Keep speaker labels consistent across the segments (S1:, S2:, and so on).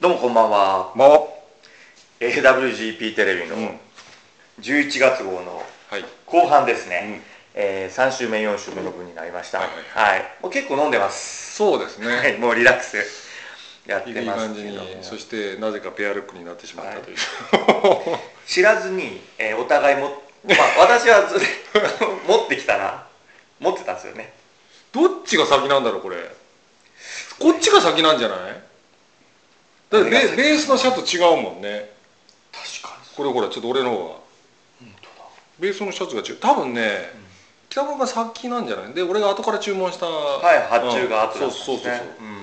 S1: どうもこんばんは
S2: まあ、は
S1: AWGP テレビの
S2: うん
S1: 11月号の
S2: い。
S1: 後半ですね、
S2: うん
S1: え3週目4週目の分になりましたは
S2: はいいは
S1: もう結構飲んでます
S2: そうです
S1: は
S2: ね。
S1: い もうリラックスやっ
S2: いい
S1: てます
S2: 感
S1: け
S2: じ
S1: ど
S2: に
S1: も、
S2: そしてなぜかペアルックになってしまったという。
S1: 知らずに、えーお互いも、ま あ、私はず 持ってきたな持ってたんですよね
S2: どっちが先なんだろう、これ。こっちが先なんじゃないだって
S1: これが
S2: ベ
S1: 先
S2: ベースのシャツ違うもんね。
S1: 確か
S2: これほら、ちょっと俺の方が。
S1: に本
S2: ベースのシャツが違う。多分ね、北村が先なんじゃないで、俺が後から注文した。
S1: 当だはい発注が後だったん
S2: うん
S1: です、ね
S2: そうそうそうそう。
S1: うん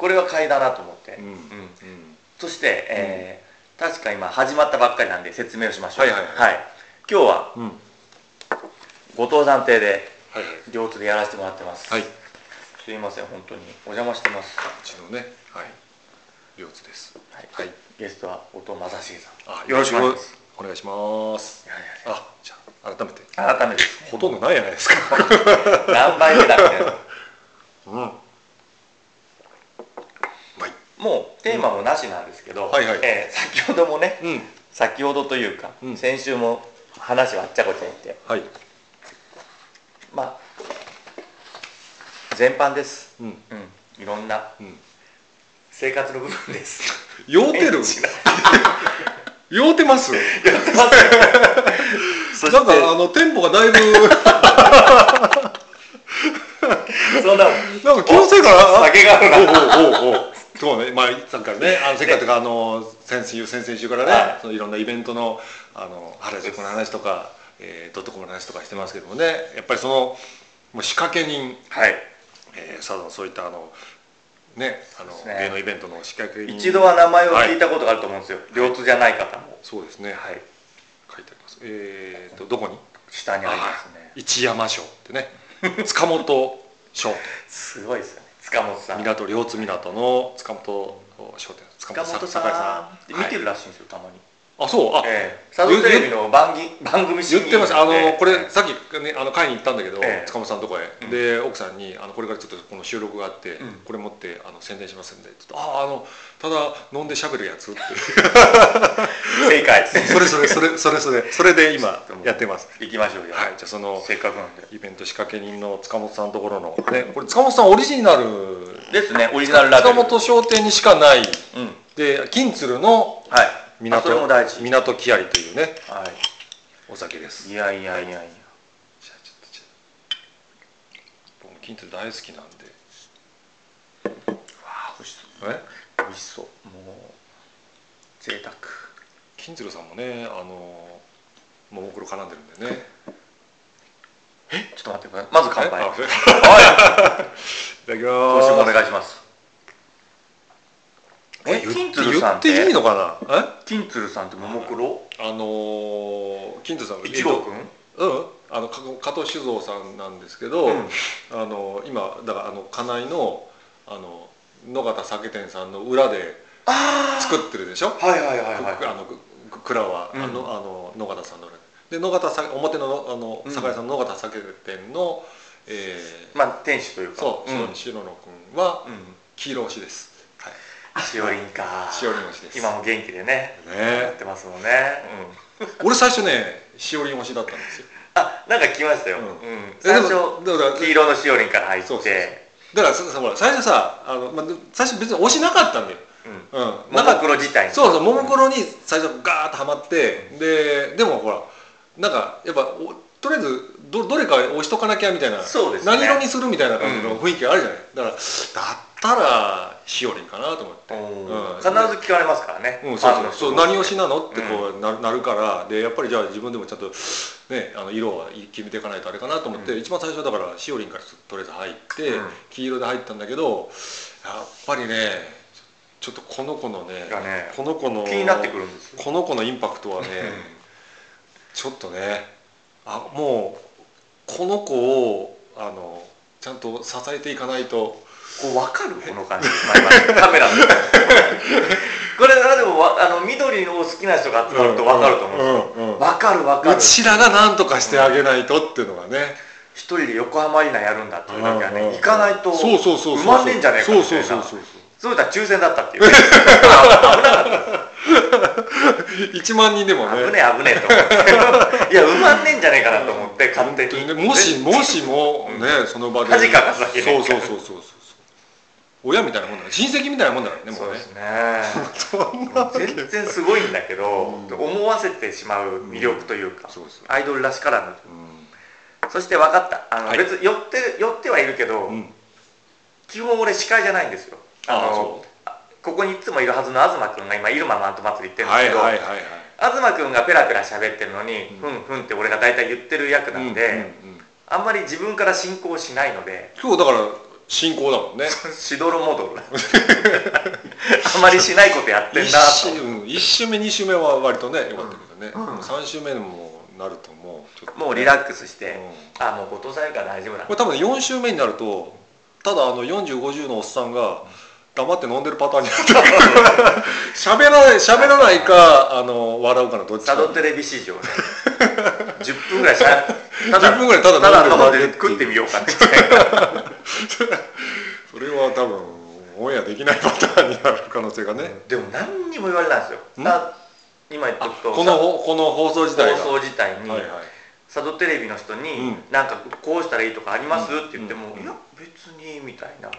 S1: これは買いだなと思って、
S2: うんうん
S1: そして、えー確か今始まったばっかりなんで説明をしましょう
S2: はいはい
S1: はい、今日は
S2: うん。
S1: ご登山亭で
S2: はい
S1: 両手でやらせてもらってます、
S2: はい。はい。
S1: すいません本当にお邪魔してます、
S2: うちのね、はい。両津です。
S1: はい
S2: はい。
S1: ゲストは音正成さ
S2: あ
S1: んよろしくお願いします
S2: お願いします。
S1: いやいや
S2: あ、じゃあ改めて。
S1: いや改めてですね
S2: ほとんどないじゃないですか。
S1: 何杯目だみたいな
S2: うん。はい。
S1: もうテーマもなしなんですけど、
S2: んはいはい
S1: えー先ほどもね
S2: うん。
S1: 先ほどというか、
S2: うん
S1: 先週も話はあっちゃこちゃ言って
S2: はい。
S1: まあ全般です
S2: うん。
S1: うんいろんな
S2: うん。
S1: 生活の部分です
S2: 酔うてる
S1: エッチな
S2: 酔うてます
S1: やってますよそして
S2: なんかあのテンポがだいぶ な
S1: そんなん
S2: か気のせいかな
S1: 酒があるな
S2: おうおうおうおうそうねまあなんかねあの世界とかあの先週先々週からね、
S1: はい
S2: そのいろんなイベントのあの原宿の話とか、えー、ドットコムの話とかしてますけどもねやっぱりそのもう仕掛け人
S1: はい
S2: えー、佐渡のそういったあのねあの
S1: そうですね
S2: 芸能イベントの仕掛け人
S1: 一度は名前を聞いたことがあると思うんですよ、両津じゃない方も
S2: そうですね、
S1: はい
S2: 書いてありますえー、とどこに
S1: 下にありますね
S2: 一山賞って ね塚本賞
S1: すごいですよね塚本さん
S2: 港両津港の塚本商店塚
S1: 塚本
S2: 酒井
S1: さん見て
S2: はい
S1: るらしいんですよたまに
S2: あそうあ、
S1: ええサブテレビの番組番組
S2: 言ってますあの、こ
S1: え
S2: れさっき、ね、あの会に行ったんだけど、
S1: ええ
S2: 塚本さんのとこへ、
S1: うん
S2: で奥さんにあの「これからちょっとこの収録があって、
S1: うん
S2: これ持ってあの宣伝しますんで」って言ってあああのただ飲んでしゃべるやつ」って
S1: え正解
S2: それそれそれそれそれそれで今やっ てます。
S1: 行きましょうよ、
S2: はい、じゃあその
S1: せっかくなんで
S2: イベント仕掛け人の塚本さんのところのね、これ塚本さんオリジナル
S1: ですねオリジナルラベ
S2: 塚
S1: ル
S2: 本商店にしかない
S1: うん
S2: で金鶴の
S1: はいあそれも
S2: 港
S1: 大事
S2: 港きありというね
S1: は
S2: お酒です。
S1: いいやいやいやいや
S2: じゃあちょっとじゃあ僕も金鶴大好きなんで。
S1: わあ美味しそう
S2: え？
S1: 美味しそうもう贅沢
S2: 金鶴さんもねあのももクロ絡んでるんでね。
S1: ちょっと待ってくださいまず乾杯
S2: あ
S1: はい
S2: そういただきま
S1: 今
S2: す。
S1: 週もお願いしますえ
S2: 言っ
S1: 金鶴さんって
S2: 言っていいのかな？え？
S1: 金鶴さんってももクロ
S2: あのー金鶴さん
S1: 一郎くん
S2: うんあのか加藤酒造さんなんですけど、
S1: うん
S2: あの今だからあの家内のあの野方酒店さんの裏で
S1: ああ
S2: 作ってるでしょ、
S1: はいはいはい
S2: くあ
S1: は
S2: のくく蔵は、
S1: うん
S2: あのあの野方さんの裏でで野方酒表のあの
S1: うん
S2: 酒屋さんの野方酒店の、え
S1: い
S2: ー
S1: まあ店主というか
S2: そう、
S1: ん
S2: 白野君は
S1: うん
S2: 黄色推しです、はい、
S1: しおりんか
S2: しおりん推しです
S1: 今も元気でねやっ
S2: ね
S1: てますもんね、うん、
S2: 俺最初ねしおりん推しだったんですよ
S1: あなんか来ましたよ、う
S2: うんん
S1: 最
S2: えで
S1: 初
S2: もだから
S1: 黄色のしおりんから入って
S2: そうそうだからささほら最初さあの、まあ、最初別に推しなかったんだよ、
S1: うん
S2: うん、
S1: モ
S2: なかっ
S1: モクロ自体に
S2: そうそうももクロに最初ガーッとはまって、ででもほらなんかやっぱおとりあえずどどれか押しとかなきゃみたいな
S1: そうですね
S2: 何色にするみたいな感じ
S1: うん
S2: の雰囲気があるじゃない、だからだったらしおりんかなと思って、
S1: うん
S2: うん
S1: 必ず聞かれますからね、
S2: うん、そうそうそう何をし
S1: な
S2: なのってこうななるからでやっぱりじゃあ自分でもちゃんと、ね、あの色は決めていかないとあれかなと思って、
S1: うん
S2: 一番最初だからしおりんからとりあえず入って、
S1: うん
S2: 黄色で入ったんだけどやっぱりねちょっとこの子のね
S1: がね
S2: この子の
S1: 気になってくるんですよ
S2: この子のインパクトはねちょっとねあもうこの子をあのちゃんと支えていかないと
S1: こう分かるこの感じ、まあ今カメラの分かると思うんですよ、
S2: うんうん
S1: 分かる分か
S2: う
S1: る
S2: ちらが何とかしてあげないとっていうのがね、
S1: 一人で横浜アリーナやるんだっていうだけはね、
S2: うん
S1: 行かないと
S2: そうそうそうそう
S1: 埋まんねえんじゃねえかみたいな
S2: そうそうそうそ
S1: そういったら抽選だったって いうね
S2: う1万人でもね
S1: 危ねえ危ねえと思って いや埋まんねえんじゃねえかなと思って勝手に、
S2: でもしもしもね、その場で
S1: 恥かかされる
S2: そうそうそうそうそう親みたいなもんだから親戚みたいなもんだからね
S1: そ
S2: も
S1: ううで
S2: ね
S1: すね全然すごいんだけど、
S2: うん
S1: 思わせてしまう魅力というか、
S2: そうそう
S1: アイドルらしからぬ
S2: う
S1: そして分かったあの、
S2: はい
S1: 別に寄って寄ってはいるけど、
S2: んうん
S1: 基本俺司会じゃないんですよあ
S2: あ
S1: の
S2: そ
S1: ここにいつもいるはずの東君が今イルマの後祭り行ってるん
S2: う
S1: で
S2: は
S1: す
S2: い
S1: けど、
S2: はいはいはい
S1: 東君がペラペラ喋ってるのに、
S2: う
S1: ふ
S2: ん
S1: んふんって俺が大体言ってる役なんで、
S2: うんうんうん
S1: あんまり自分から進行しないので
S2: 今日だから進行だもん ね
S1: しどろも どろあんまりしないことやってん
S2: 一
S1: な
S2: 周
S1: と
S2: うん一周目二周目は割とね良かったけどね、
S1: うんうん
S2: 三周目にもなるともうちょっとね
S1: もうリラックスし
S2: う
S1: て、
S2: ん
S1: あもう後藤さんから大丈夫だ
S2: これ多分4週目になるとただあの4050のおっさんが黙って飲んでるパターンになってくる 喋らない喋らないかあの笑うかなどっち
S1: サ
S2: か
S1: ドテレビ史 上ね10分ぐらいしゃた
S2: 10分ぐらいた
S1: た
S2: だ
S1: だ
S2: 飲んでる
S1: 飲んで食ってみよう かなみたいな
S2: それは多分オンエアできないパターンになる可能性がね、
S1: でも何にも言われないんですよ
S2: ん
S1: だ今言っとくと
S2: このこの放送自体が
S1: 放送自体に、
S2: はいはい
S1: サドテレビの人に、
S2: うん
S1: なんかこうしたらいいとかあります、って言っても、
S2: うん
S1: いや別にみたいな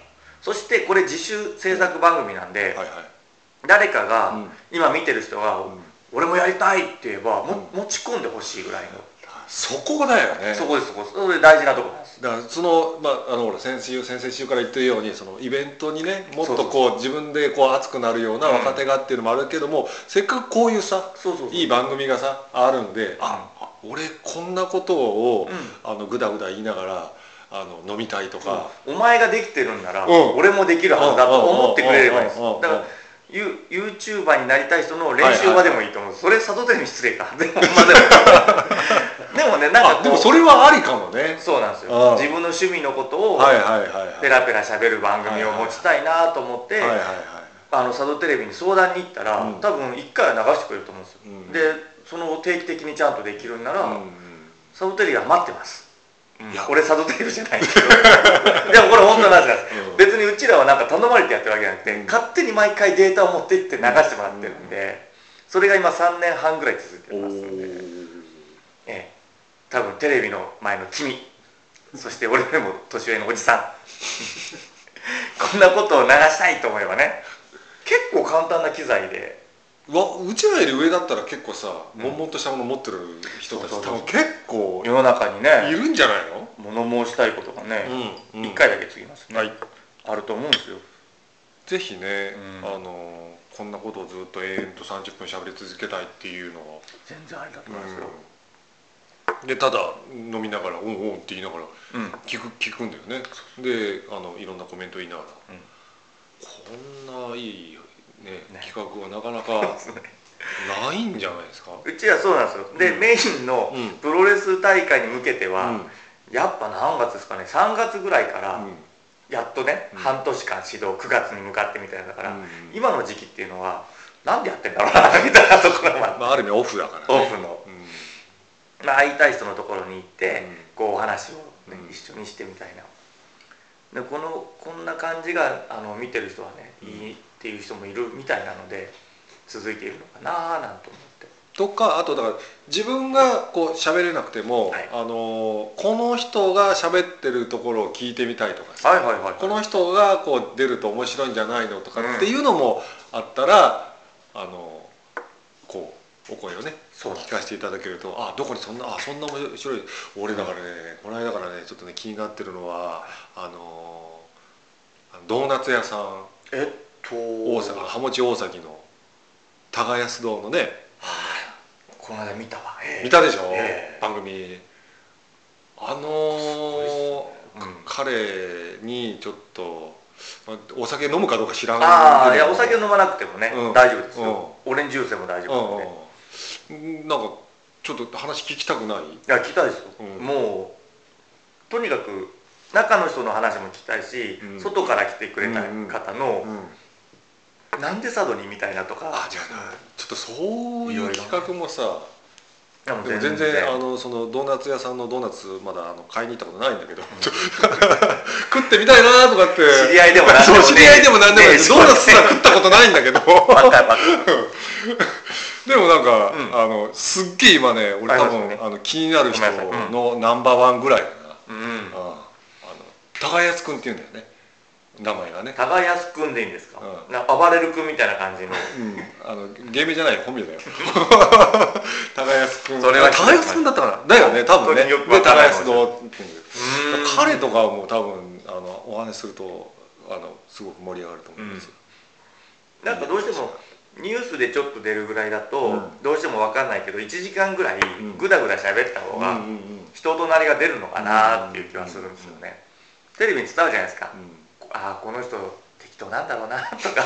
S1: そしてこれ自主制作番組なんで、
S2: はい
S1: 誰かが、
S2: はい、うん
S1: 今見てる人が、
S2: うん
S1: 俺もやりたいって言えば、も持ち込んでほしいぐらいの、
S2: そこだよね
S1: そこですそこですそれ大事なとこなんです
S2: だからそのまああのほら先週先々週から言ってるようにそのイベントにねもっとこう自分でこう熱くなるような
S1: うん
S2: 若手がっていうのもあるけども、せっかくこういうさ
S1: そうそうそう
S2: いい番組がさあるんで、ああ俺こんなことを、
S1: う
S2: あのぐだぐだ言いながらあの飲みたいとか、
S1: お前ができてるんなら、
S2: うん
S1: 俺もできるはずだと思ってくれればいいんです
S2: うんうんうんうん
S1: だからユーチューバーになりたい人の練習場でもいいと思う、それ里テレビ失礼かでもまあ でもでもねなんかこ
S2: あ
S1: う
S2: でもそれはありかもね
S1: そうなんですよ
S2: うん
S1: 自分の趣味のことを
S2: はいはいはいはい
S1: ペラペラ喋る番組を持ちたいなと思って、
S2: はいはいはい
S1: あの佐渡テレビに相談に行ったら、
S2: うん
S1: 多分1回は流してくれると思うんですよ、
S2: うん
S1: でその定期的にちゃんとできるんなら、
S2: うん
S1: サドテレビは待ってます、うん
S2: いや
S1: 俺サドテレビじゃないけどでもこれ本当の話なんです、
S2: うん
S1: 別にうちらはなんか頼まれてやってるわけじゃなくて、
S2: うん
S1: 勝手に毎回データを持って行って流してもらってるんで、それが今3年半ぐらい続いて
S2: お
S1: ますんで、
S2: ー
S1: ええ、多分テレビの前の君そして俺よりも年上のおじさん こんなことを流したいと思えばね結構簡単な機材で
S2: うわうちらより上だったら結構さ、
S1: うん
S2: 悶々としたもの持ってる人たち
S1: そうそう
S2: 多
S1: そう
S2: 分結構
S1: 世の中に
S2: い
S1: ね
S2: るんじゃないの
S1: 物申したいことがね、
S2: う
S1: 一
S2: ん
S1: 1回だけつきますね、
S2: はい
S1: あると思うんですよ
S2: ぜひね、
S1: うん
S2: あのこんなことをずっと永遠と30分喋り続けたいっていうのは、
S1: 全然ありだと思いますよ、
S2: でただ飲みながら「おんおん」って言いながら
S1: うん
S2: 聞く聞くんだよねであのいろんなコメント言いながら、
S1: うん
S2: こんないい、ね
S1: ね
S2: 企画はなかなかないんじゃないで すか、
S1: うちはそうなんですよで、
S2: うん
S1: メインの
S2: うん
S1: プロレス大会に向けて
S2: う
S1: は、
S2: ん
S1: やっぱ何月ですかね3月ぐらいから、
S2: うん
S1: やっとね、
S2: うん
S1: 半年間指導9月に向かってみたいだから、
S2: うん
S1: 今の時期っていうのはなんでやってんだろうなみたいなところまで
S2: まあ、ある意味オフだから、
S1: オフの、
S2: うん
S1: まあ、会いたい人のところに行って、
S2: うん
S1: こうお話を、ね
S2: うん
S1: 一緒にしてみたいなでこのこんな感じがあの見てる人はね、
S2: うん
S1: いいっていう人もいるみたいなので続いているのかなーなんて思って
S2: とかあとだから自分がこう喋れなくても、
S1: はい
S2: あのこの人が喋ってるところを聞いてみたいとかさ、
S1: はいはいはい
S2: この人がこう出ると面白いんじゃないのとかっていうのもあったら、あのこうお声をね
S1: そうだ
S2: 聞かせていただけるとあどこにそんなあそんな面白い俺だからね、この間からねちょっとね気になってるのはあのあのドーナツ屋さん
S1: えっと
S2: 大阪ハモチ大崎の耕す堂のね
S1: この間見たわ、ええ
S2: 見たでしょ、
S1: ええ
S2: 番組あの
S1: すごいっすねうん
S2: 彼にちょっとまあお酒飲むかどうか知らない
S1: ああい
S2: けど
S1: やお酒飲まなくてもね、
S2: うん
S1: 大丈夫ですよ、オレンジジュースでも大丈夫なんで、い
S2: うんうんなんかちょっと話聞きたくない
S1: や聞きたいですよ、
S2: うん
S1: もうとにかく中の人の話も聞きたいし、
S2: うん
S1: 外から来てくれた方の、
S2: うん
S1: なんで佐渡にみたいなとか
S2: あじゃあちょっとそういう企画もさ
S1: でも
S2: でも全然あのそのドーナツ屋さんのドーナツまだあの買いに行ったことないんだけど、 食ってみたいなとかって
S1: 知り合いでもなんでも
S2: そう知り合いでもなんでもない
S1: ねえ
S2: ドーナツさ食ったことないんだけど
S1: わかるわかる
S2: でもなんか、
S1: うん
S2: あのすっげえ今ね俺多
S1: ありますよ
S2: 分
S1: ね
S2: あの気になる人
S1: ごめんなさいうん
S2: のナンバーワンぐらいだな、
S1: うん
S2: あああの高安くんっていうんだよね名前がね、
S1: 耕す君でいいんですか
S2: う
S1: な暴れる君みたいな感じの
S2: うん、あの芸名じゃないよ本名 だよ高安くん
S1: それはひどい
S2: 高安くんだったかなだよね多分ね
S1: 本当によく
S2: で
S1: わか
S2: 高
S1: らない
S2: 安堂っていうんだけど
S1: うーん
S2: 彼とかはもう多分あのお話しするとあのすごく盛り上がると思うんですよ、
S1: なんかどうしてもニュースでちょっと出るぐらいだと、
S2: うん
S1: どうしても分かんないけど1時間ぐらい
S2: ん
S1: ぐだぐだ喋った方
S2: うん
S1: が
S2: うんうん
S1: 人となりが出るのかなっていう気はするんですよねテレビに伝わるじゃないですか、ああこの人適当なんだろうな とか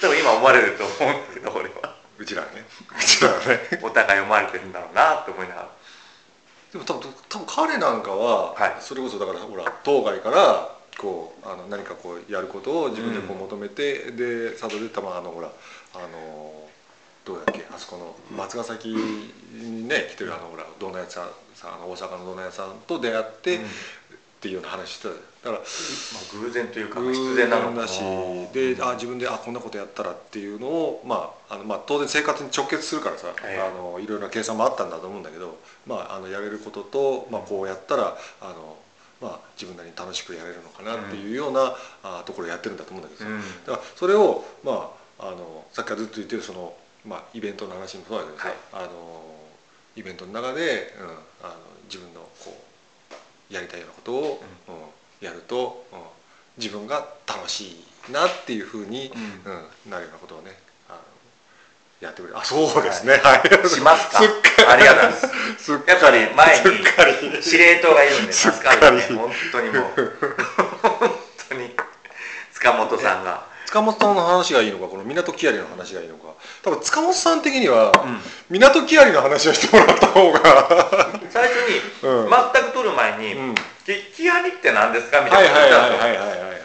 S1: 多分今思われると思うんですけど俺は
S2: うちらはねうちらはね
S1: お互い思われてるんだろうなって思いながら
S2: でも多分多分彼なんかは、
S1: はい
S2: それこそだからほら当該からこうあの何かこうやることを自分でこ
S1: う
S2: う
S1: ん
S2: 求めて、で佐渡でたまあのほらあのどうだっけあそこの松ヶ崎にね来てるあのほらどんなやつさんさあの大阪のどんなやつさんと出会って、
S1: うん
S2: っ
S1: ま
S2: ていうような話してただ
S1: あ、
S2: から
S1: 偶然というか必然なのかな
S2: だしであ自分であこんなことやったらっていうのを、まあ、あのまあ当然生活に直結するからさ、
S1: ええ
S2: あのいろいろな計算もあったんだと思うんだけど、まあ、あのやれることと、まあ、こうやったらあの、まあ、自分なりに楽しくやれるのかなっていうような、あところをやってるんだと思うんだけど
S1: う
S2: さ、
S1: ん
S2: だからそれを、まあ、あのさっきからずっと言ってるその、まあ、イベントの話もそうだけどさ、
S1: はい
S2: あのイベントの中で、うん、あの自分のこうやりたいようなことを、うんやると、うん、自分が楽しいなっていうふうに、
S1: う
S2: うん、なるようなことをねあのやってくれるあそうですねはい、
S1: んしますか
S2: すっ
S1: ありがとうございます
S2: すっ
S1: やっぱり前に
S2: かり
S1: 司令塔がいる んで助かるね
S2: すっかり
S1: 本当にもう本当に塚本さんが、
S2: 塚本さんの話がいいのかこの港きありの話がいいのか多分塚本さん的には、
S1: う
S2: 港きありの話をしてもらった方が、
S1: ん最初に
S2: うん
S1: 全く取る前に
S2: う
S1: 「
S2: ん
S1: ききありって何ですか?」みた
S2: はいい
S1: な
S2: はい
S1: た
S2: は
S1: ん
S2: い
S1: ですよ
S2: はいはいはいはい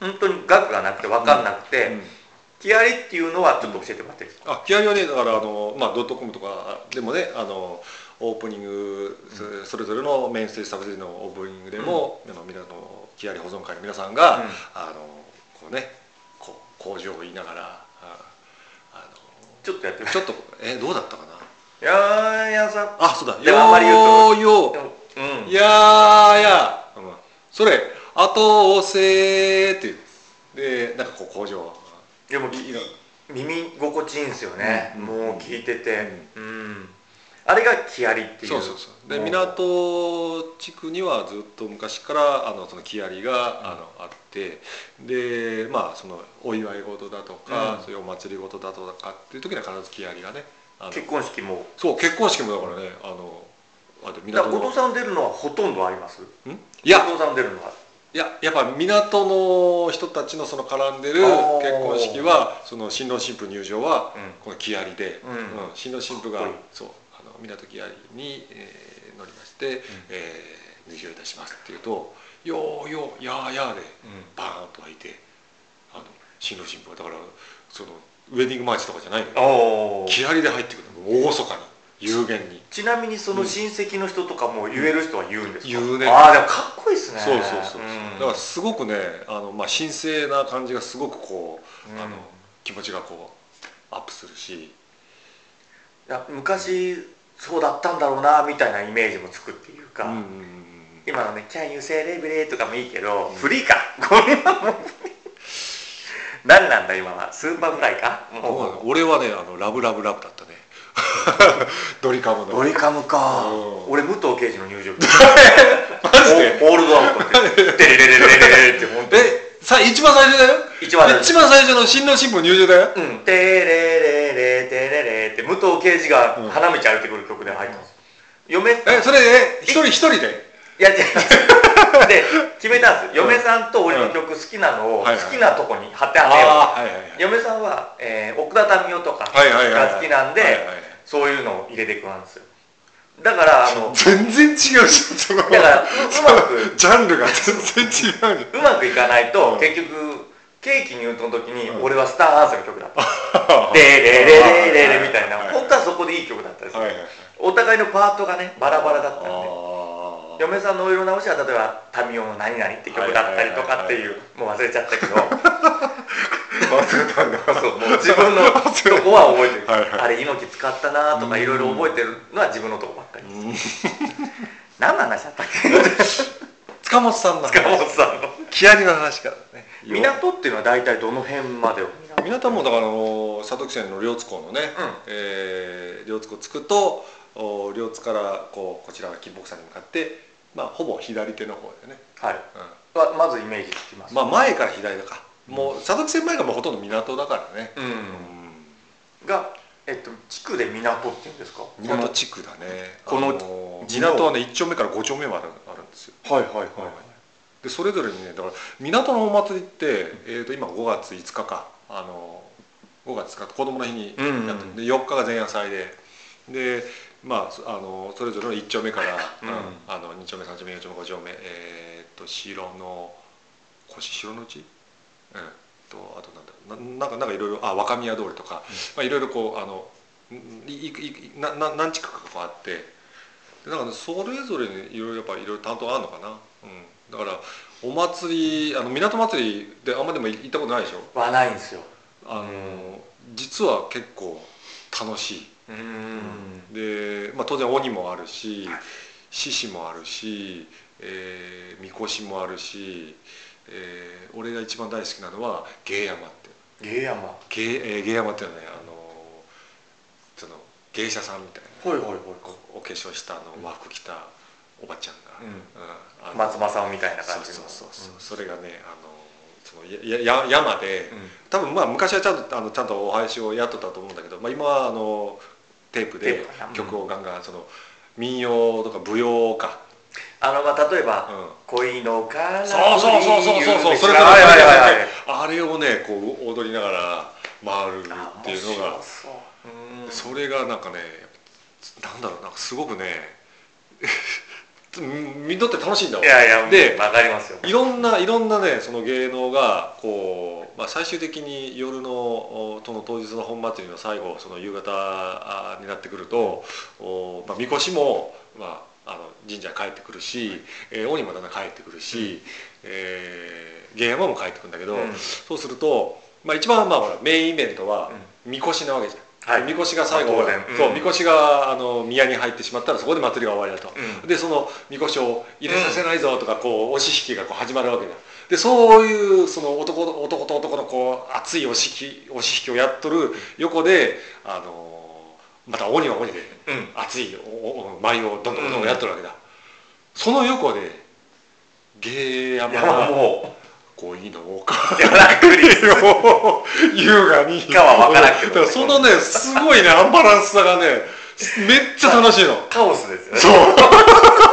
S1: 本当に額がなくて分かんなくて、
S2: うん
S1: きありっていうのはちょっと教えてもらっていいですか、
S2: あ気合いはねだからあの、まあ、ドットコムとかでもねあのオープニング、そそれぞれのメインステージサブステージのオープニングでも、あの皆の気合い保存会の皆さんが、
S1: うん
S2: あのこうねこう工場を言いながらああ
S1: ちょっとやってみま
S2: のちょっとえどうだったかな
S1: すやーやさん
S2: あそうだ
S1: でもあんまり言う
S2: よーよ
S1: でもうん
S2: ーやーやー、うんそれ後押せーっていうでなんかこう工場
S1: でも
S2: いいの
S1: 耳心地いいんですよね、
S2: うん
S1: もう聞いててうん、あれがきありっていう
S2: そうそうそうで
S1: も
S2: 港地区にはずっと昔からあのその木遣りがあのあってでまあそのお祝い事だとか、
S1: うん
S2: そういうお祭り事だとかっていう時には必ず木遣りがねあの
S1: 結婚式も
S2: そう結婚式もだからねあのあと
S1: だから
S2: 港
S1: 後
S2: の
S1: 藤さん出るのはほとんどあります
S2: んいや
S1: 後藤さん出るのはい
S2: ややっぱ港の人たちのその絡んでる
S1: あ
S2: 結
S1: ー
S2: 婚式はその新郎新婦入場は
S1: うん
S2: この木遣りで、
S1: うん
S2: 新郎新婦が
S1: かっこいい
S2: そうあの港木遣りに、えー乗りまして、えー入場いたしますっていうと「よーよーやーやー」でバーンと開いてあの新郎新婦がだからそのウェディングマーチとかじゃないのよ
S1: おー
S2: 木遣りで入ってくるの大そかに有限に。
S1: ちなみにその親戚の人とかも言える人は言うんですか、
S2: うん言うね
S1: ああでもかっこいいですね
S2: そうそうそうそう、
S1: ん
S2: だからすごくねあの、まあ、神聖な感じがすごくこう、
S1: うん
S2: あの気持ちがこうアップするし
S1: いや昔そうだったんだろうなみたいなイメージもつくっていうか、
S2: うんうんうんうん
S1: 今のね「Can you celebrate?」とかもいいけど、
S2: うん
S1: フリーかこれはもう何なんだ今はスーパーフライか
S2: どうな
S1: も
S2: の俺はねあのラブラブラブ だったねドリカム
S1: う
S2: の
S1: ドリカムか
S2: うん
S1: 俺武藤刑事の入場曲
S2: マジで
S1: オールドアウトって「デレ レレレレレ」って本当に
S2: えさ一番最初だよ
S1: 一番最初
S2: 一番最初の新郎新婦入場だよ
S1: うん、テレレレテレレって武藤刑事が花道歩いてくる曲で入ってます、嫁い
S2: えそれで一人一人で
S1: や違う で決めたんです嫁さんと俺の曲好きなのを
S2: う
S1: 好
S2: んはいはい
S1: きなとこに貼ってあげよう、
S2: ああはいはいはい
S1: 嫁さんは、えー奥田民生とか
S2: はいはいはい
S1: が好きなんで、
S2: はいはいはい
S1: そういうのを入れていくなんですよだからあの
S2: 全然違うじゃんその
S1: だからううまく
S2: ジャンルが全然違うじゃん
S1: うまくいかないうと
S2: ん
S1: 結局ケーキ入刀の時に
S2: う ん
S1: 俺はスターアンスの曲だった、
S2: はあは
S1: レレレレレレみたいな本当はそこでいい曲だったんですよ
S2: はいはいはい
S1: お互いのパートがねバラバラだったんで
S2: あ
S1: 嫁さんのお色直しは例えば「タミオの何々」って曲だったりとかっていうもう忘れちゃったけど
S2: 忘れたんだ
S1: そうもう自分のとこは覚えてる
S2: はいはい
S1: あれ猪木使ったなとかいろいろ覚えてるのは自分のとこばっかり
S2: うん
S1: 何の話だったっけ
S2: 塚本さんの話
S1: 塚本さんの
S2: 木遣りの話からね
S1: 港っていうのは大体どの辺までを
S2: 港もだからあの佐渡汽船の両津港のね、えー両津港着くとお両津からこうこちらが金木山に向かって、まあ、ほぼ左手の方でね、
S1: はい
S2: うん
S1: はまずイメージつきます
S2: まあ前から左だか、もう佐渡汽船前がもうほとんど港だからね、
S1: う
S2: うん
S1: んがえっと地区で港っていうんですか
S2: 港地区だね
S1: この
S2: あー港はね1丁目から5丁目まであるんですよ
S1: はいはいはい
S2: でそれぞれにねだから港のお祭りって、えー、と今5月5日かあの5月5日子供の日に
S1: うんうん
S2: やってるで4日が前夜祭ででまあそあのそれぞれの1丁目から、
S1: うん
S2: うんあの2丁目3丁目4丁目5丁目えー、と城の腰城の内うんとあとなんだななんかなんかいろいろあ若宮通りとか、まあいろいろこうあのんいいいなな何地区かこうあってでなんかねそれぞれにいろいろやっぱいろいろ担当あるのかな、うん、だからお祭りあの港祭りであんまでも行ったことないでしょ
S1: はないんですよ
S2: あの、
S1: うん
S2: 実は結構楽しい
S1: うん
S2: で、まあ、当然鬼もあるし
S1: はい
S2: 獅子もあるし、えー、みこしもあるし、えー俺が一番大好きなのは芸山って
S1: 芸山は
S2: 芸,、えー芸山っていうのはねあのその芸者さんみたい
S1: い
S2: な
S1: はいはい
S2: おお化粧したあの和服着たおばちゃんが、うんあの
S1: 松正夫みたいな感じの
S2: そうそうそうそう、それがねあのそのややや山で、
S1: うん
S2: 多分まあ昔はちゃんとあのちゃんとお囃子をやっとったと思うんだけど、まあ、今はあのテープ
S1: テー
S2: で
S1: プかな
S2: 曲をガンガンその民謡とか舞踊か、
S1: あのまあ例え
S2: う
S1: ば
S2: ん、
S1: 「恋のから
S2: そうそうそうそうそうそうそれから
S1: はいはいはいはい
S2: あれをねこう踊りながら回るっていうのが
S1: そううん
S2: それがなんかねやっぱなんだろうなんかすごくね みんなって楽しいんだわ
S1: いやいや
S2: で
S1: でわかりますよ
S2: いろんないろんなねその芸能がこう、まあ、最終的に夜のおとの当日の本祭りの最後その夕方あになってくるとお、まあ、みこしも、まあ、あの神社に帰ってくるし、えー鬼もだんだん帰ってくるし、えー、芸山も帰ってくるんだけど、
S1: うん
S2: そうすると、まあ、一番まあほらメインイベントはみこしなわけじゃん。
S1: はい
S2: みこしが最後、
S1: まあ当然うん
S2: そうみこしがあの宮に入ってしまったらそこで祭りが終わりだと、
S1: う
S2: でそのみこしを入れさせないぞとかこう押し引きがこう始まるわけだでそういうその男の男と男のこう熱い押し引き押し引きをやっとる横であのーまた鬼は鬼で
S1: うん
S2: 熱いおおお舞をどんどんどんどんやっとるわけだ、その横で芸山
S1: 山
S2: が
S1: も
S2: 恋の丘
S1: うやらくり
S2: を優雅に
S1: かは分からんけど
S2: だらそのねすごいねアンバランスさがねめっちゃ楽しいの
S1: カオスですよね
S2: そう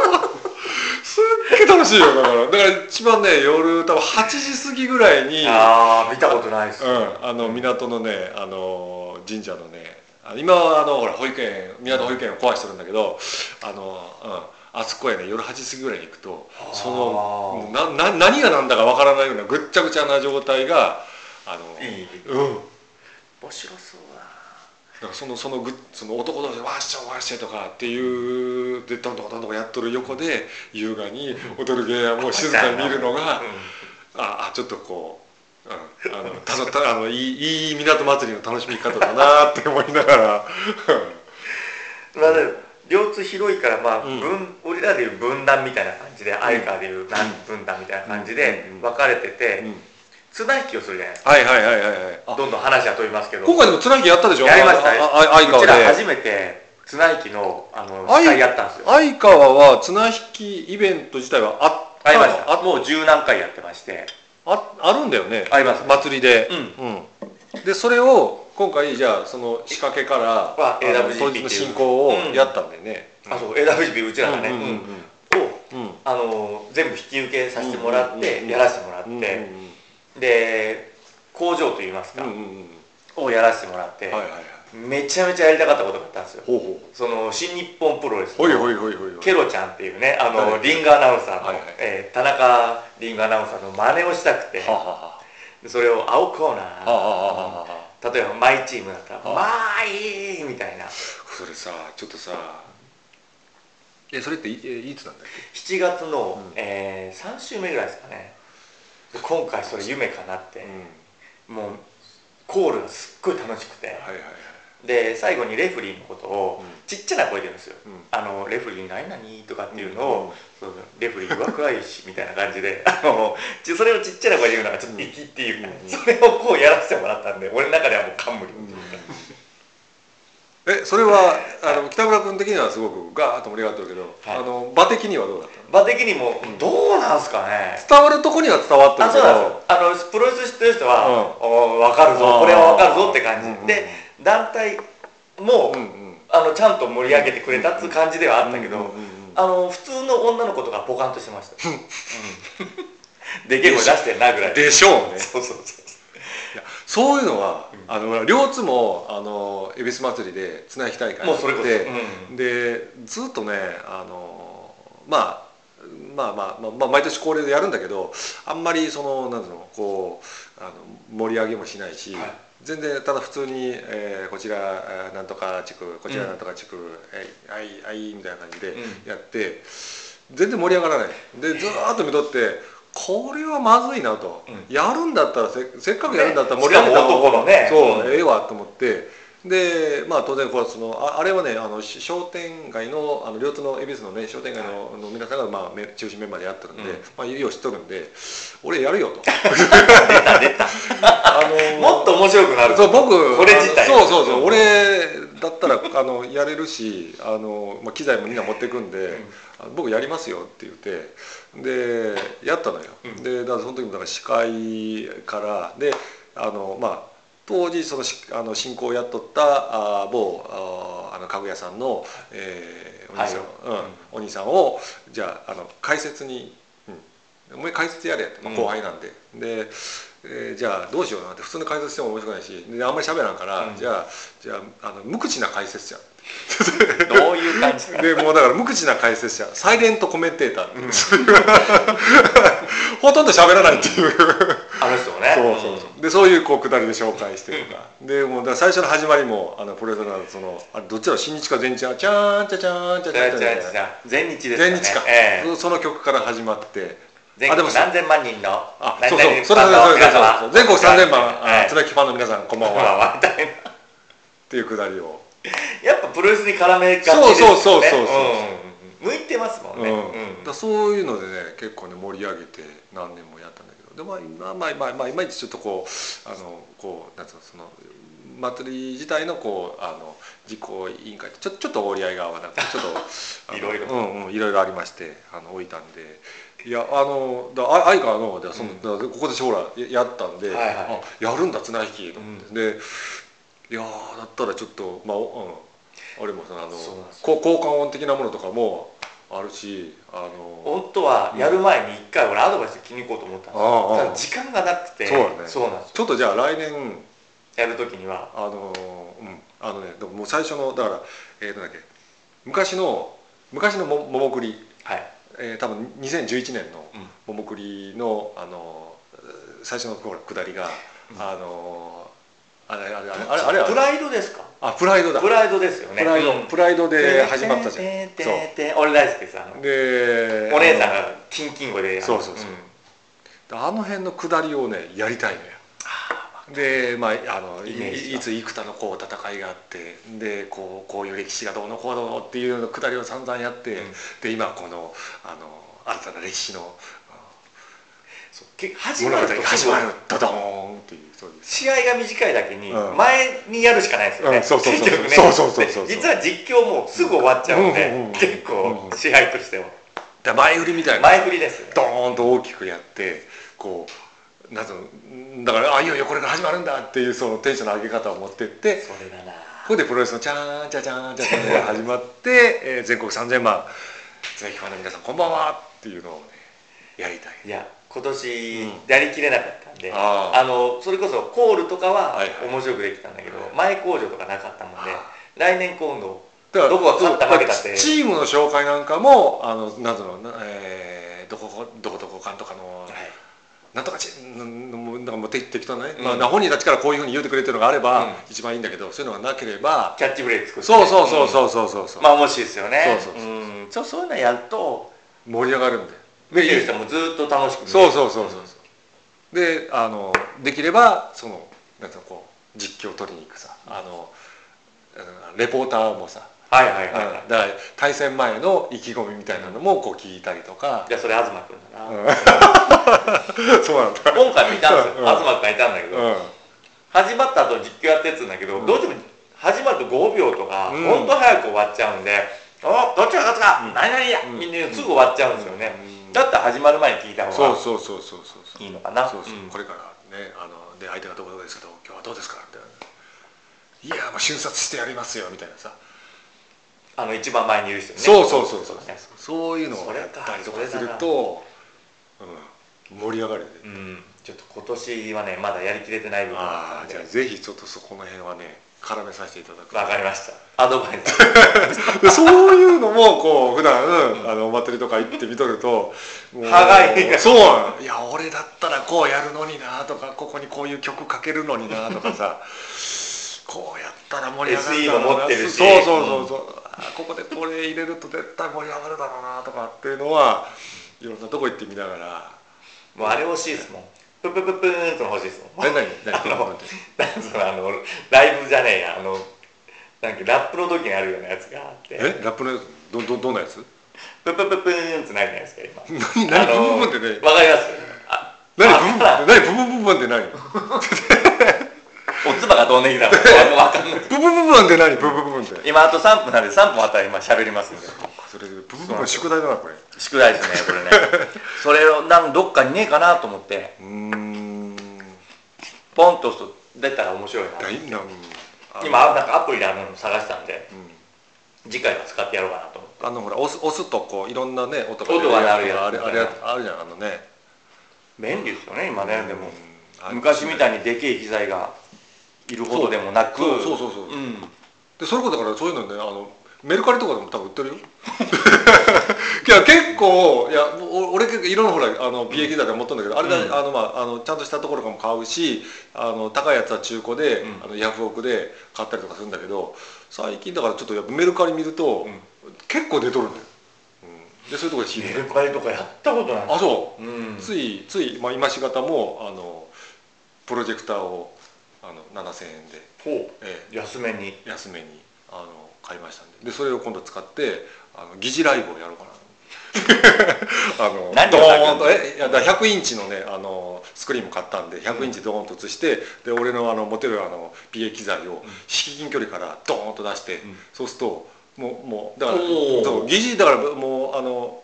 S2: すっげえ楽しいよだからだから一番ね夜多分8時過ぎぐらいに
S1: ああ見たことないです
S2: うん、あの港のねあの神社のねあ今はあのほら保育園港保育園を壊してるんだけどあの、うん、あそこへね夜8時過ぎぐらいに行くと
S1: あー
S2: そのなな何が何だかわからないようなぐっちゃぐちゃな状態があの
S1: いい
S2: うん
S1: 面白そうだ
S2: だからそのそのぐその男同士で「わっしょわっしょ」とかっていうでどんどんどんどんやっとる横で優雅に踊る芸やもう静かに見るの
S1: な
S2: がああちょっとこう、う ん、あのたのたあのいいいい港祭りの楽しみ方だなって思いながら
S1: まあでも両津広いからまあ
S2: うん
S1: 分俺らでいう分断みたいな感じで相川でいう何分断みたいな感じで
S2: うん
S1: 分かれて
S2: うん、う
S1: て
S2: ん
S1: 綱引きをするじゃないですか
S2: はいはいはいはいはいあ
S1: どんどん話は飛びますけど
S2: 今回でもつなぎやったでしょ
S1: やりました
S2: あ
S1: ね
S2: ああ相
S1: う
S2: 川
S1: ちら初
S2: で
S1: めて綱引きのあの
S2: あい
S1: 司会やったんですよ
S2: 相川は綱引きイベント自体はあった
S1: ありまし
S2: あ
S1: たもう十何回やってまして
S2: ああるんだよね
S1: あります
S2: 祭りで
S1: う、
S2: うんでそれを今回じゃあその仕掛けから
S1: は
S2: あの
S1: LWGP
S2: 当日の進行を
S1: うん
S2: やったんだよね、
S1: あそう LWGP うちらがね
S2: うんうんうん
S1: うんを
S2: うんうん
S1: あの全部引き受けさせてもらっ
S2: うんうんうんう
S1: て
S2: ん
S1: やらせてもらっ
S2: うんうん
S1: てで工場といいますか
S2: うんうんうん
S1: をやらせてもらっ
S2: は
S1: て
S2: いはいはい
S1: めちゃめちゃやりたかったことがあったんですよ
S2: ほうほ
S1: その新日本プロレス
S2: うほいほ
S1: の
S2: いほいほいほい
S1: ケロちゃんっていうねあの
S2: 誰
S1: リングアナウンサーの、
S2: はいはい
S1: えー田中リングアナウンサーの真似をしたくて
S2: ははは
S1: それを青コーナ
S2: ははは
S1: ー
S2: はは
S1: 例えばマイチームだったら「
S2: あ
S1: マイ!」みたいな
S2: それさちょっとさえそれっていえいつなんだっ
S1: 7月の、
S2: うん
S1: え3週目ぐらいですかねで今回それ夢かなっ
S2: け、
S1: て
S2: う、ん、
S1: もうコールがすっごい楽しくて
S2: はいはいはい、
S1: で最後にレフェリーのことを
S2: うん
S1: ちっちゃな声で言うんですよ
S2: うん
S1: あのレフェリー何々とかっていうのを、そうレフェリー若いしみたいな感じであのちそれをちっちゃな声で言うのがちょっと粋っていうか、
S2: うん
S1: それをこうやらせてもらったんで俺の中ではもう冠
S2: うんえそれはあの北村君的にはすごくガーッと盛り上がってるけど、
S1: はい
S2: あの場的にはどうだったの
S1: 場的にもどうなんすかね
S2: 伝わるとこには伝わって
S1: あ
S2: るけ
S1: そう
S2: ど
S1: なんですよあのプロレス知ってる人は、
S2: うん
S1: お分かるぞこれは分かるぞって感じ、
S2: うんうん
S1: で団体も、
S2: うんうん
S1: あのちゃんと盛り上げてくれたっつう感じではあったけど、
S2: うんうんうん
S1: あの普通の女の子とかポカンとしてま した、うん、でけえ声出してんなぐらい
S2: でしょう ね
S1: そうそうそう
S2: いやそういうのは、
S1: うん
S2: あの両津もあの恵比寿祭りで綱引き大会
S1: もうそれこそ、
S2: で
S1: うん
S2: でずっとねあの、まあ、まあまあまあまあ毎年恒例でやるんだけどあんまりそのなんていうのこうあの盛り上げもしないし、
S1: はい
S2: 全然ただ普通に、えーこちらえーなんとか地区こちら
S1: うん
S2: なんとか地区、えいあいあいみたいな感じで
S1: うん
S2: やって、全然盛り上がらないでずーっと見とってこれはまずいなと、
S1: う
S2: やるんだったらせせっかくやるんだったら
S1: ね
S2: 盛り上げた方が
S1: しかも男のね
S2: そう、
S1: うん
S2: ええわと思ってでまあ当然これはそのああれはねあのし商店街のあの両津の恵比寿のね商店街の,、の皆さんが、まあ、め中心メンバーでやってるんで、
S1: うん
S2: まあいいよ知っとるんで俺やるよ と
S1: 出た出た
S2: あのー
S1: もっと面白くなる
S2: そう僕
S1: これ自体
S2: あのそうそうそう、
S1: ん
S2: 俺だったらあのやれるしあの、まあ、機材もみんな持ってくんで、あ僕やりますよって言ってでやったのよ、
S1: うん
S2: でだからその時もだから司会からであのまあ当時そのしあの進行をやっとったあー某あーあの家具屋さんの、えーお兄さん、
S1: はい
S2: うんお兄さんをじゃああの解説に、うん、お前解説やれって、まあ
S1: うん
S2: 後輩なんで、で、えーじゃあどうしようなんて普通の解説しても面白くないしであんまり喋らんから、
S1: うん
S2: じゃあじゃああの無口な解説者
S1: どういう感じか
S2: でもうだから無口な解説者サイレントコメンテーター、
S1: うん
S2: そういう ほとんど喋らないっていう
S1: あの人もね
S2: そうそうそうでそういうこう下りで紹介してとかでもうだから最初の始まりもあのプロレスラーのそのあれどっちだろう新日か全日かチャーンチャチャーンチャ
S1: じ
S2: チャ
S1: ゃ
S2: ー
S1: あ
S2: ンチ
S1: じゃ
S2: ャ
S1: あ
S2: チャ
S1: じゃあ全日ですかね
S2: 全日か、
S1: ええ
S2: その曲から始まって
S1: 全
S2: あ
S1: 国
S2: でもそう
S1: 何千万人の
S2: あ
S1: 何
S2: そう
S1: 々
S2: そうそれ
S1: ファンの
S2: それそれ
S1: 皆
S2: それ
S1: 様
S2: そう全国3000万
S1: は
S2: あ
S1: い
S2: つらきファンの皆さんこんばん
S1: こんばん
S2: は
S1: はみたいな
S2: っていうくだりを
S1: やっぱプロレスに絡めがちですよね
S2: そうそうそうそうそう
S1: うん向いてますもんね
S2: うん
S1: うん
S2: だからそういうのでね結構ね盛り上げて何年もやったんだけどでまあ今まあまあまあいまいちちょっとこうあのこうなんつうのその祭り自体のこうあの実行委員会とちょちょっと折り合いが合わ なくてちょっとあの
S1: いろいろ
S2: うんうんいろいろありましてあの置いたんで。いやあのだあ相川のでその、
S1: うん
S2: だからここで将来ややったんで、
S1: はいはい
S2: あやるんだ綱引きと思って、でいやーだったらちょっとまあ、おうん、俺もそのあの
S1: そうなんですよ
S2: こ交換音的なものとかもあるしあの
S1: 本当はやる前に一回俺アドバイス聞きに行こうと思ったんですよ
S2: ああああ
S1: ただ時間がなくて
S2: そうだね
S1: そうなんですよ
S2: ちょっとじゃあ来年
S1: やる時には
S2: あのうんあのねでももう最初のだからえー、なんだっけ昔の昔のもももくり、
S1: はい
S2: えー、多分2011年の
S1: うん
S2: ももくりのあのえー最初のほら下りが、
S1: うん
S2: あのあれあれあれあれあれあれ
S1: プライドですか
S2: あプライドだ
S1: プ
S2: プ
S1: ライドですよね
S2: ライド、
S1: うん
S2: プライドで始まったじゃん
S1: てんてんてんてん俺大好きですあの
S2: で
S1: お姉さんがキンキン語で
S2: そうそうそうんあの辺の下りをねやりたいのよでまああの
S1: イメージ
S2: い
S1: が
S2: いつ幾多のこう戦いがあってでこうこういう歴史がどうのこうのっていうの下りを散々やって、
S1: うん
S2: で今このあの新たな歴史の
S1: そうけ始
S2: 物
S1: ま
S2: 語
S1: る
S2: が
S1: と
S2: 始まるドドーンっていうそうです
S1: 試合が短いだけに
S2: うん
S1: 前にやるしかないですよね、
S2: うんそうそうそう
S1: 結局ね
S2: そうそうそうそうそう
S1: で実は実況もすぐ終わっちゃうんで、
S2: うんうんうん
S1: 結構
S2: うん
S1: 試合としては
S2: で前振りみたいな
S1: 前振りですよね
S2: ドーンと大きくやってこうなんつうのだからあいよいよこれが始まるんだっていうそのテンションの上げ方を持ってって
S1: それだな
S2: ここでプロレスのチャーンチャチャーンチャチャーンが始まって、えー全国3000万ぜひファンの皆さんこんばんはっていうのをねやりたい
S1: いや今年
S2: うん
S1: やりきれなかったんで、
S2: ああ
S1: あのそれこそコールとかは
S2: はいはい
S1: 面白くできたんだけど、
S2: はい
S1: 前工場とかなかったもんで、
S2: あ
S1: 来年今度
S2: だから
S1: どこが勝った負けたって
S2: チームの紹介なんかもあのなんつうの、なえーどこどこどこかんとかの、
S1: はい
S2: なんとかちなんもうなんかもう適適当なね、まあ、本人たちからこういうふうに言うてくれてるのがあれば、
S1: うん
S2: 一番いいんだけどそういうのがなければ、
S1: キャッチフレーズ作って
S2: そうそうそうそうそうそう、そう
S1: まあ面白いですよね
S2: そうそうそ
S1: うんそうそういうのやると
S2: 盛り上がるんで
S1: 見てる人もずっと楽しく見れる
S2: そうそうそうそうそうであのできればそのなんていうのこう実況を取りに行くさあのうんレポーターもさ、
S1: はいはい
S2: うん
S1: はい、はい
S2: だから対戦前の意気込みみたいなのもこう聞いたりとか、
S1: じゃあそれ東君だな、
S2: そうなんだ、
S1: 今回もいたんですよ、
S2: うん
S1: 東君がいたんだけど、
S2: う
S1: 始まった後実況やったやつなんだけど、
S2: うん
S1: どうしても始まると5秒とか、
S2: うん
S1: ほんと早く終わっちゃうんで「おどっちが勝つか、
S2: うん
S1: 何々や!」
S2: うん
S1: みんなすぐ終わっちゃうんですよね、
S2: うん
S1: だったら始まる前に聞いた
S2: そ
S1: 方
S2: う
S1: が
S2: そうそうそうそうそう
S1: いいのかな
S2: そうそう、
S1: うん
S2: これからねあので相手がどこどこですけど今日はどうですかみたいないやーまあ瞬殺してやりますよみたいなさ、
S1: あの一番前にいる人ね
S2: そうそうそうそう
S1: ね
S2: そういうの
S1: そ
S2: を
S1: れ
S2: やっ
S1: か
S2: たりとか
S1: それだ
S2: す
S1: な
S2: ると、うん、盛り上がるよね、
S1: うんちょっと今年はねまだやりきれてない部分が
S2: あ
S1: あ
S2: あ
S1: る
S2: じゃあ
S1: んで
S2: ぜひちょっとそこの辺はね絡めさせていただく
S1: わかりましたアドバイス
S2: でそういうのもこう普段、あのお祭りとか行って見とるともう
S1: 歯がゆい
S2: そうなのいや俺だったらこうやるのになとかここにこういう曲かけるのになとかさこうやったら盛り上がるだろうな
S1: SE も持ってるし
S2: そうそうそうそう、あここでこれ入れると絶対盛り上がるだろうなとかっていうのはいろんなとこ行ってみながら
S1: もうあれ欲しいですもんププププーンとの欲しいですもん
S2: 何何何
S1: あのなんつうのあのライブじゃねえやあのなんかラップの時にあるようなやつがあって
S2: えラップのやつどどどんなやつ
S1: ププププーンってないじゃないですか今
S2: 何何ブンブンブンってね
S1: わかりますあ
S2: 何
S1: あ
S2: ブンブンって何ブンブンブンブンって何
S1: おつばがどんねぎだからわかんない
S2: ブンブンブンブンって何ブンブンブンブンって
S1: 今あと3分なんで3分あったら今喋りますんで
S2: それでブンブンの宿題だなこれ
S1: 宿題ですねこれねそれをなんどっかにねえかなと思って
S2: うーん
S1: ポンと押すと出たら面白いな
S2: 大な
S1: 今
S2: あ
S1: なんかアプリであるの探したんで
S2: の,、
S1: 次回は使ってやろうかなと思って
S2: うん、あのほら押す押すとこういろんなね音が
S1: 音が鳴るやつ
S2: あれあれあるじゃんあのね
S1: 便利ですよね今ねでも
S2: うんあれ
S1: 昔みたいにでけえ機材がいるほどでもなく
S2: そうそうそうそう
S1: うん
S2: でそれこそだからそういうのねあのメルカリとかでも多分売ってるよ いや結構いやお俺結構いろんなほらあの PA 機材とか持っとるんだけど、あれだ、
S1: うん
S2: あのまああのちゃんとしたところからも買うしあの高いやつは中古で、
S1: うん
S2: あのヤフオクで買ったりとかするんだけど最近だからちょっとやっぱメルカリ見ると、
S1: うん
S2: 結構出とるんだよ、うん、でそういうところで仕入
S1: メ
S2: れる
S1: ルカリとかやったことない
S2: あそう
S1: うん
S2: ついつい、まあ、今し方もあのプロジェクターをあの7000円で、
S1: ほ
S2: え
S1: う安めに
S2: え安めにあの買いましたんででそれを今度使ってあの疑似ライブをや ろうかなあの
S1: 何を
S2: ドーン
S1: 書くの
S2: とえいやだから100インチのねあのスクリーンも買ったんで100インチドーンと映して、で俺のあの持てるあの PA 機材を至近距離からドーンと出して、
S1: ん
S2: そうするともうもうだから
S1: おー
S2: そう疑似だからもうあの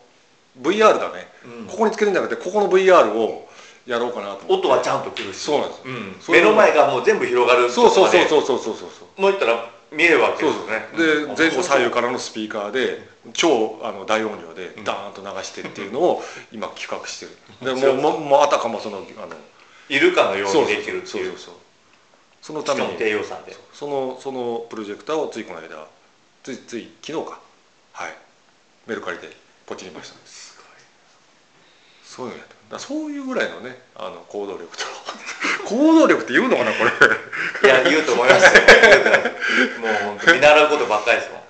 S2: VR だね
S1: うん
S2: ここにつけるんじゃなくてここの VR をやろうかなと思って
S1: 音はちゃんと来るし
S2: そうなんですよ
S1: ん
S2: そうい
S1: 目
S2: うの
S1: の前がもう全部広がる
S2: そうそうそう
S1: う
S2: そうそうそうそうそう
S1: もう言ったら見えるわけで
S2: そう
S1: すよね
S2: で
S1: うん
S2: 前後左右からのスピーカーで超あの大音量で
S1: うん
S2: ダーンと流してっていう のを今企画してる
S1: 面
S2: で
S1: 白い
S2: も
S1: う
S2: ももうあたかもそのあの
S1: いるかのよう
S2: そう
S1: にできるって
S2: そう
S1: い
S2: そう
S1: う
S2: そうその
S1: し
S2: ため
S1: かも低
S2: に
S1: 予算で
S2: そのそのプロジェクターをついこの間ついつい昨日かはいメルカリでポチりました
S1: す
S2: そういうのやってるだからそういうぐらいのねあの行動力 と行動力って言うのかなこれ
S1: ごいいや言うと思います よ言うと思いますもう本当見習うことばっかりですもん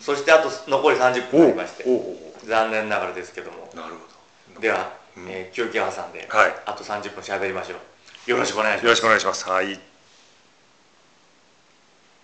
S1: そしてあと残り30分ありまして
S2: おうおう
S1: 残念ながらですけども
S2: なるほど
S1: では
S2: うん
S1: えー休憩挟んで
S2: はい
S1: あと30分喋りましょうよろしくお願いします
S2: よろしくお願いしますはい